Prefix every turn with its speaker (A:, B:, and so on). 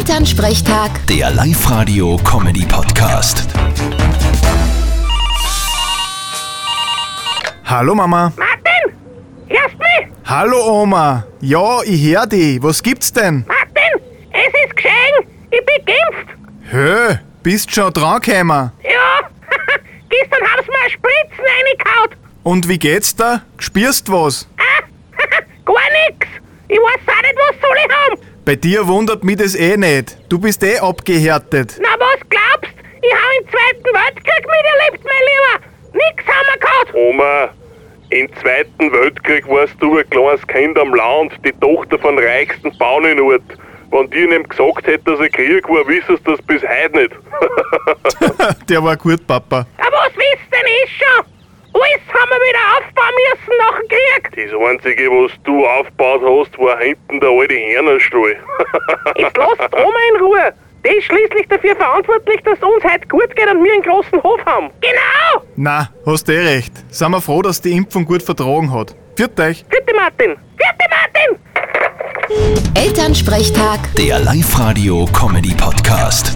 A: Elternsprechtag,
B: Der Live-Radio-Comedy-Podcast.
C: Hallo Mama.
D: Martin! Hörst mich?
C: Hallo Oma. Ja, ich hör dich. Was gibt's denn?
D: Martin! Es ist geschehen! Ich bin geimpft!
C: Hö, bist schon dran gekommen.
D: Ja! Gestern haben sie mir eine Spritzen reingehaut!
C: Und wie geht's da? Spürst was?
D: Ah! Gar nix! Ich weiß auch nicht, was soll ich haben!
C: Bei dir wundert mich das eh nicht. Du bist eh abgehärtet.
D: Na, was glaubst Ich habe im Zweiten Weltkrieg miterlebt, mein Lieber! Nix haben wir gehabt!
E: Oma, im Zweiten Weltkrieg warst du ein kleines Kind am Land, die Tochter von reichsten Bauern in Ort. Wenn dir nicht gesagt hätte, dass ein Krieg war, wissest du das bis heute nicht.
C: Der war gut, Papa.
D: Aber was wisst denn ich schon? Alles haben wir wieder aufbauen müssen nach dem Krieg!
E: das Einzige, was du aufgebaut hast, war hinten der alte Hernerstall.
D: Jetzt lasst Oma in Ruhe! Die ist schließlich dafür verantwortlich, dass es uns heute gut geht und wir einen großen Hof haben. Genau!
C: Na, hast eh recht. Sind wir froh, dass die Impfung gut vertragen hat. Viert euch.
D: Vierte Martin! Vierte Martin!
A: Elternsprechtag.
B: Der Live-Radio-Comedy-Podcast.